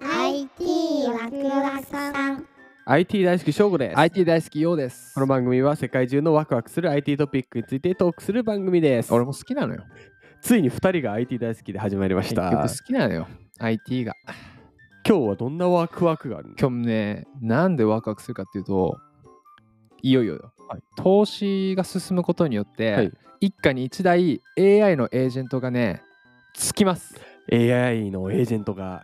IT ワクワクさん IT 大好き翔吾です、 IT 大好きようですこの番組は世界中のワクワクする IT トピックについてトークする番組です俺も好きなのよついに2人が IT 大好きで始まりまし結た局好きなのよ IT が今日はどんなワクワクがあるの今日ねなんでワクワクするかっていうといよいよよ、はい投資が進むことによって、はい一家に一台 AI のエージェントがねつきます、 AI のエージェントが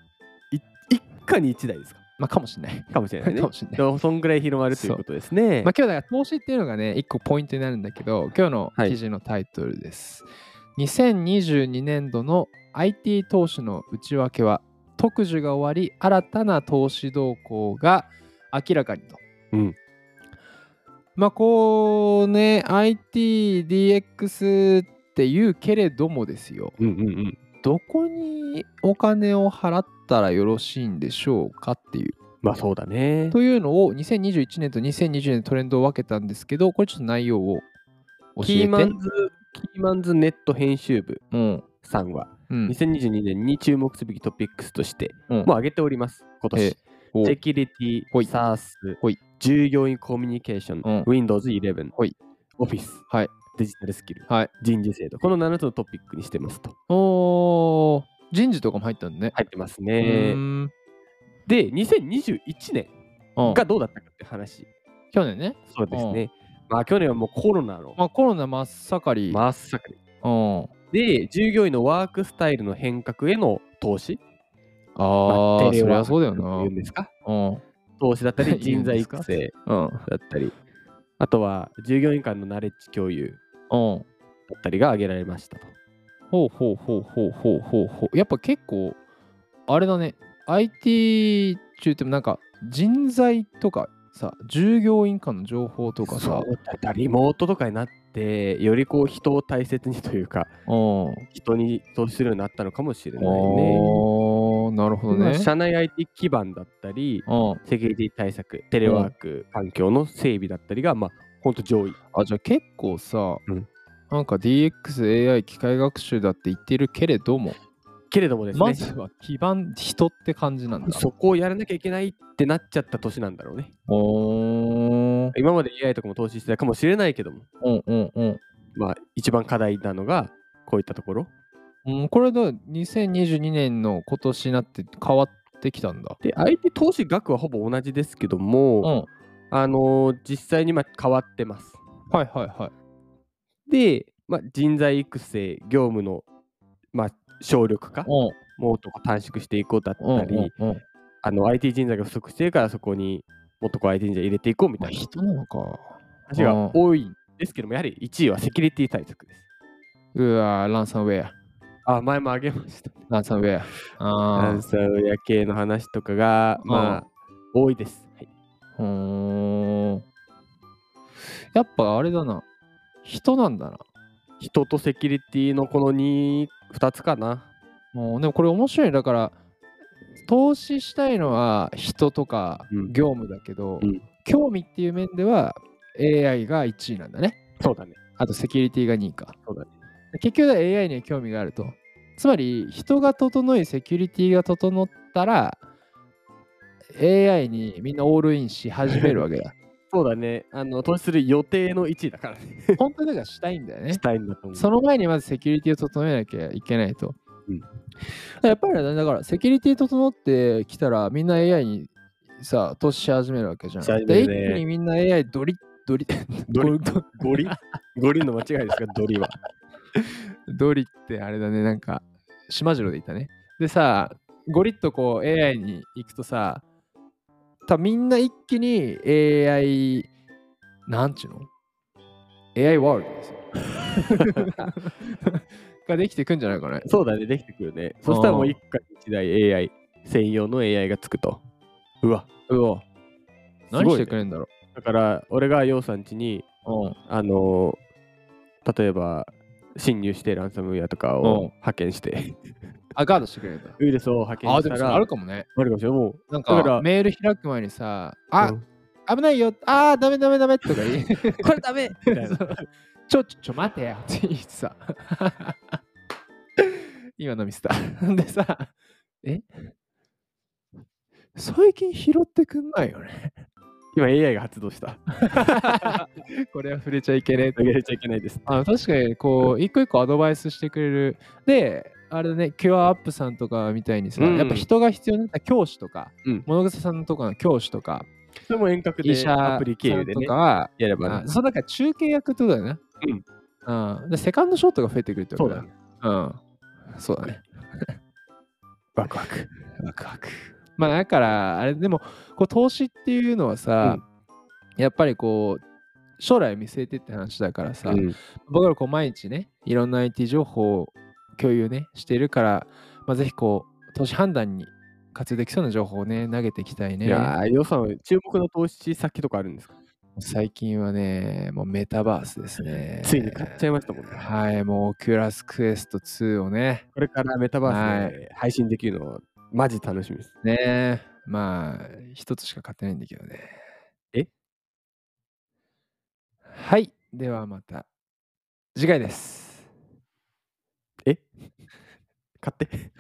い一家に一台ですかまあ、かもしれない、かもしれないね かもしれないでもそんぐらい広まるということですね、まあ、今日だから投資っていうのがね一個ポイントになるんだけど今日の記事のタイトルです、2022年度の IT 投資の内訳は特需が終わり新たな投資動向が明らかにと、うんまあこうね ITDX って言うけれどもですようんうんうんどこにお金を払ったらよろしいんでしょうかっていうまあそうだねというのを2021年と2020年でトレンドを分けたんですけど、これちょっと内容を教えて。キーマンズキーマンズネット編集部うん。さんはうん。 2022年に注目すべきトピックスとしてうんもう上げております今年えおセキュリティほい、サースほい、従業員コミュニケーション、うん Windows 11、ほい、 Office、はい、デジタルスキル、はい、人事制度、この7つのトピックにしてますと。おー人事とかも入ったんだね。入ってますうねー。んで、2021年うんがどうだったかって話、去年ね。そうですね。まあ、去年はもうコロナのまあコロナ真っ盛り。真っ盛り。うん。で、従業員のワークスタイルの変革への投資、あまー、あそりゃそうだよというんな。ですかうん。投資だ ったり、人言うんで材すか育成うん。だったり、あとは従業員間のナレッジ共有うん。だったりが挙げられましたと。ほうほうほうほうほうほうほう。やっぱ結構、あれだね。IT 中ってもなんか人材とかさ、従業員間の情報とかさそ、うだからリモートとかになってよりこう人を大切にというかうん。人に投資するようになったのかもしれないね。おーなるほどまあね。社内 IT 基盤だったりうん、セキュリティ対策テレワーク環境の整備だったりがまあほんと上位。あじゃあ結構さ、うんなんか DXAI 機械学習だって言ってるけれども、けれどもですね、まずは基盤人って感じなんだ。そこをやらなきゃいけないってなっちゃった年なんだろうね。おー今まで AI とかも投資してたかもしれないけどもうんうんうんまあ一番課題なのがこういったところ。うん。これだ2022年の今年になって変わってきたんだ。で IT 投資額はほぼ同じですけどうん。も、はいあのー実際にまあ変わってます。はいはい。で、まあ、人材育成、業務の、まあ、省力化、うんもっとこう短縮していこうだったうんり、うんうんあの IT 人材が不足してるから、そこにもっとこう IT 人材入れていこうみたまあ、いな人なのか。話が多いんですけども、やはり1位はセキュリティ対策です。うわーランサムウェア。あ、前も挙げましたね。ランサムウェア。アあンサーや系の話とかが、まあ、多いです。はいーうーん。やっぱあれだな。人なんだな。人とセキュリティのこの 2, 2つかな。もうでもこれ面白いだから投資したいのは人とかうん業務だけど、うん興味っていう面では AI が1位なんだねそうだね。あとセキュリティが2位かそうだね。結局は AI には興味があるとつまり人が整いセキュリティが整ったら AI にみんなオールインし始めるわけ だそうだね。あの、投資する予定の1位だからね。本当にだからしたいんだよねしたいんだと思う。その前にまずセキュリティを整えなきゃいけないと。うんやっぱりだ,、ね、だからセキュリティ整ってきたらみんな AI にさ投資し始めるわけじゃん。し始でめ一るね気にみんな AI ドリッドリ ドリドゴリゴリの間違いですか、ドリは。ドリってあれだねなんか島城でいたね。でさゴリッとこう AI に行くとさ多分みんな一気に AI なんちゅうの AI ワールド ですよ。 ができてくんじゃないかな。そうだね、できてくるね。そしたらもう一家に一台 AI、専用の AI がつくと。うわ、うわ。す何ごいしてくれんだろだから、俺がヨウさん家に、う。あのー例えば、侵入してランサムウェアとかうんを派遣して、あ、ガードしてくれるんだ。ウイルスを派遣あ、しでたもそれら、あるかもね。あるかもしれない。もう、なんだかからメール開く前にさ、あう、ん 危ないよ、あー、ダメダメダメとか言い、これダメみたいな。 ちょちょちょ待てよって言ってさ、 今のミスター。でさ、え最近拾ってくんないよね。 今 AI が発動した。これは触れちゃいけねえと投げれちゃいけない です。あの確かにこう一個一個アドバイスしてくれるであれだねキュアアップさんとかみたいにさ、うんやっぱ人が必要になった教師とか、うん物草さんのとこの教師とかそれも遠隔医で者さアプリ経由んでとねか、は、やればあね。そうなんか中継役ってことだよねうん、でセカンドショットが増えてくるってことだねうんそうだねワクワク。ワクワクまあだからあれでもこう投資っていうのはさ、やっぱりこう将来を見据えてって話だからさ、うん僕らこう毎日ね、いろんな IT 情報を共有ね、しているから、まあ、ぜひこう、投資判断に活用できそうな情報をね、投げていきたいいやね。ー、予算、注目の投資先とかあるんですか最近はね、もうメタバースですね。ついに買っちゃいましたもんね。はい、もうオキュラスクエスト2をね、これからメタバースで配信できるのをマジ楽しみです。ね、まあ、一つしか買ってないんだけどね。えはい、ではまた次回です。買って。